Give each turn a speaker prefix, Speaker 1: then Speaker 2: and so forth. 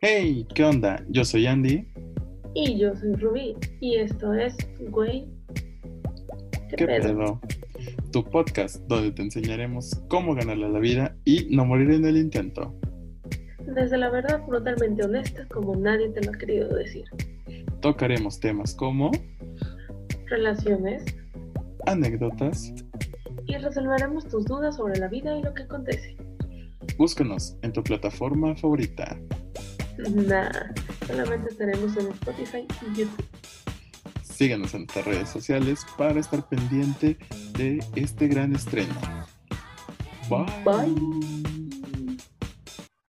Speaker 1: Hey, ¿qué onda? Yo soy Andy.
Speaker 2: Y yo soy Rubí. Y esto es, güey. ¿Qué,
Speaker 1: ¿Qué
Speaker 2: pedo?
Speaker 1: pedo? Tu podcast donde te enseñaremos cómo ganarle a la vida y no morir en el intento.
Speaker 2: Desde la verdad brutalmente honesta, como nadie te lo ha querido decir.
Speaker 1: Tocaremos temas como
Speaker 2: Relaciones
Speaker 1: anécdotas.
Speaker 2: y resolveremos tus dudas sobre la vida y lo que acontece.
Speaker 1: Búscanos en tu plataforma favorita.
Speaker 2: Nah, solamente estaremos en Spotify y YouTube.
Speaker 1: Síganos en nuestras redes sociales para estar pendiente de este gran estreno. Bye.
Speaker 2: Bye.